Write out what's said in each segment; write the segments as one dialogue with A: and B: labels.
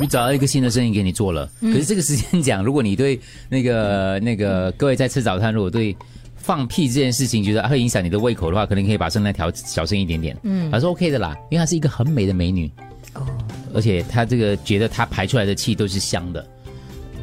A: 你找到一个新的生意给你做了。可是这个时间讲，如果你对那个那个各位在吃早餐，如果对放屁这件事情觉得会影响你的胃口的话，可能可以把声带调小声一点点。嗯，他说 OK 的啦，因为她是一个很美的美女，而且她这个觉得她排出来的气都是香的，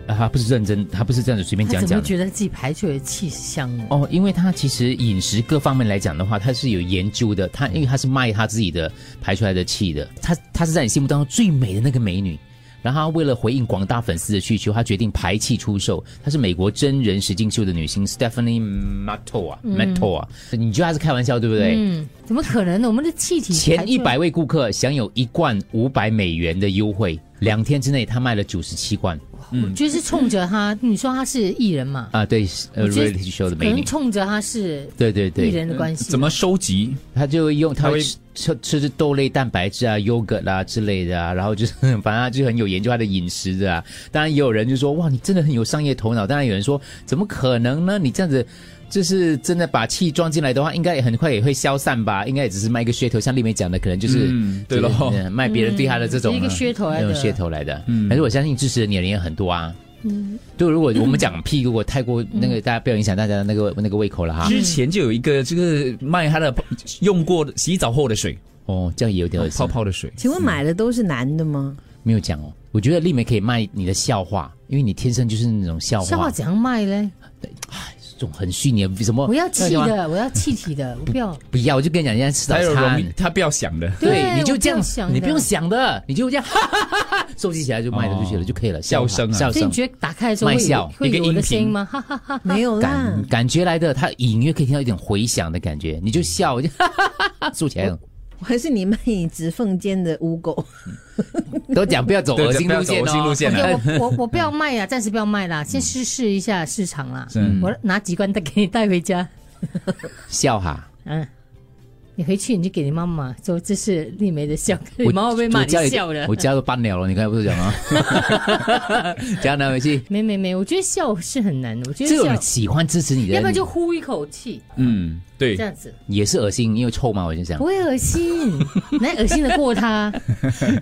A: 啊，她不是认真，她不是这样子随便
B: 他
A: 讲
B: 怎么
A: 讲
B: 会
A: 的。
B: 觉得自己排出来的气是香的？
A: 哦，因为他其实饮食各方面来讲的话，他是有研究的。他因为他是卖他自己的排出来的气的，他他是在你心目当中最美的那个美女。然后他为了回应广大粉丝的需求，他决定排气出售。她是美国真人实境秀的女星 Stephanie m a t o 啊 m a t o 啊，你觉得她是开玩笑对不对？
B: 嗯，怎么可能呢？我们的气体排
A: 前
B: 出来
A: 一百位顾客享有一罐五百美元的优惠，两天之内他卖了九十七罐
B: 我觉得是冲着他，你说他是艺人嘛？
A: 啊！对，呃
B: 我觉得
A: ，reality show 的
B: 可
A: 美
B: 能
A: 女，
B: 冲着他是
A: 对对
B: 艺
A: 对，
B: 人的关系。啊
C: 怎么收集？
A: 他就用他
C: 他
A: 会
C: 会
A: 吃吃吃豆类蛋白质啊、yogurt 啦、之类的啊，然后就是 反正他就很有研究他的饮食的啊。当然也有人就说哇，你真的很有商业头脑。当然有人说怎么可能呢？你这样子就是真的把气装进来的话，应该也很快也会消散吧？应该也只是卖一个噱头，像丽梅讲的，可能就是、
C: 嗯对咯
A: 就是嗯卖别人对他的这种、
B: 嗯是一个噱头来的
A: 那种噱头来的。嗯，但是我相信支持的年龄也很多啊。嗯，就如果我们讲屁，如果太过那个，大家不要影响大家的那个那个胃口了哈。
B: 嗯
C: 之前就有一个这个卖他的用过的洗澡后的水，
A: 哦，这样也有点恶心
C: 泡。泡的水。
D: 请问买的都是男的吗？
A: 没有讲哦。我觉得丽梅可以卖你的笑话，因为你天生就是那种笑话，
B: 笑话怎样卖嘞？
A: 这种很虚拟的什么。
B: 我要
A: 那
B: 气
A: 个什么，
B: 的，我要气体的，我不 要。
A: 不要，我就跟你讲，人家吃
C: 还有
A: 早
C: 容易
A: 餐，
C: 他不要想的
B: 对
A: 你就
B: 我
A: 这样
B: 不用想，的
A: 你不用想的，你就这样 哈哈哈哈，收集起来就卖了
C: 哦
A: 出去了就可以了。
C: 笑
A: 话
C: 声啊
A: 笑
B: 所以
A: 声
B: 你，觉得打开的时候
A: 卖
B: 会
A: 笑
B: 有会
C: 一个
B: 有我的
C: 音频
B: 声音吗？哈哈 哈哈。
D: 没有啦
B: 嗯
A: 感，嗯感觉来的，他隐约可以听到一点回响的感觉，你就笑， 就哈哈哈哈，竖起来了。
D: 还是你卖你指缝间的污狗？
A: 都讲不要走
C: 对
A: 恶心
C: 不要
A: 路
C: 走
A: 线哦，
C: 恶心路线啊
A: 哎
B: 我我我不要卖啊，暂时不要卖啦，先试试一下市场啦。
C: 嗯
B: 我拿几罐再给你带回家。
A: 笑哈。
B: 嗯，你回去你就给你妈妈说这是丽梅的笑， 你
A: 我
B: 妈妈会不会骂
A: 我
B: 你
A: 家里
B: 笑的
A: 我。家都搬了了，你刚才不是讲吗？ 讲拿回去，
B: 没没没，我觉得笑是很难的，我觉得
A: 这
B: 笑
A: 种，喜欢支持你的人，
B: 要不然就呼一口气
C: 嗯，对
B: 这，样子，
A: 也是恶心，因为臭嘛，我就想
B: 不会恶心，哪恶心的过他？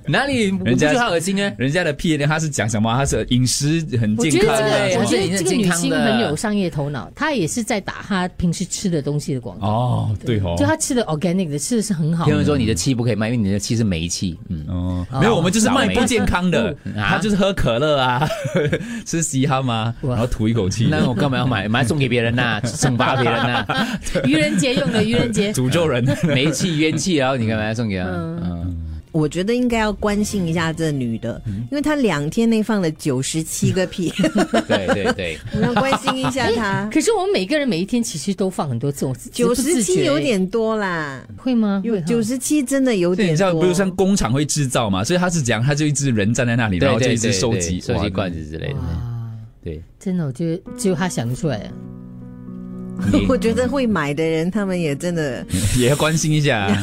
A: 哪里人
C: 人家嗯
A: 家他恶心呢？
C: 人家的屁他是讲什么？他是饮食很
B: 我
C: 健
B: 觉
C: 康
B: 得
A: 对
B: 这个，
C: 啊，
B: 我
A: 我觉得
B: 觉得
A: 你是
B: 这个
A: 健
B: 女
A: 康
B: 星
A: 的
B: 很有商业头脑，她也是在打她平时吃的东西的广告，
C: 哦，对哦
B: 就。她吃的 organic 的，吃的是很好
A: 听
B: 的。
A: 人说你的气不可以卖，因为你的气是煤气。嗯，
C: 哦，没有，我们就是卖不健康的，
A: 啊
C: 他就是喝可乐啊， 吃嘻哈嘛，然后吐一口气，
A: 那我干嘛要买？买来送给别人呐、惩罚别人呐、
B: 愚人节用的，愚人节。
C: 诅咒人。
A: 煤气冤气，然后你干嘛要送给他？嗯，
D: 我觉得应该要关心一下这女的，因为她两天内放了九十七个屁，
A: 对对对，
D: 我们要关心一下 她。
B: 可是我们每个人每一天其实都放很多这种，
D: 九
B: 只是不自
D: 十
B: 觉
D: 七有点多啦，
B: 会吗？
D: 有
B: 会哈
D: 九十七真的有
C: 对，你
D: 点
C: 知道，
D: 多。
C: 比如像工厂会制造嘛，所以他是讲，他就一只人站在那里，然后就
A: 对
C: 一
A: 对
C: 直收
A: 对
C: 集
A: 收
C: 哇
A: 集罐子之类的。
B: 哇，
A: 对，
B: 真的，我觉得只有他想得出来啊。
A: 你
D: 我觉得会买的人，他们也真 的
C: 也要关心一下。啊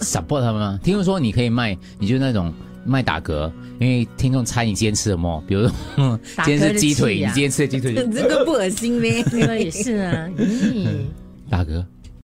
A: support 他们吗？听说你可以卖，你就那种。卖打嗝，因为听众猜你今天吃什么，比如说
B: 打 嗝的
A: 今天是鸡腿，
B: 气啊
A: 你 今天吃的鸡腿就
D: 这个不恶心呗。
B: 那个也是啊，咦，
A: 打嗝，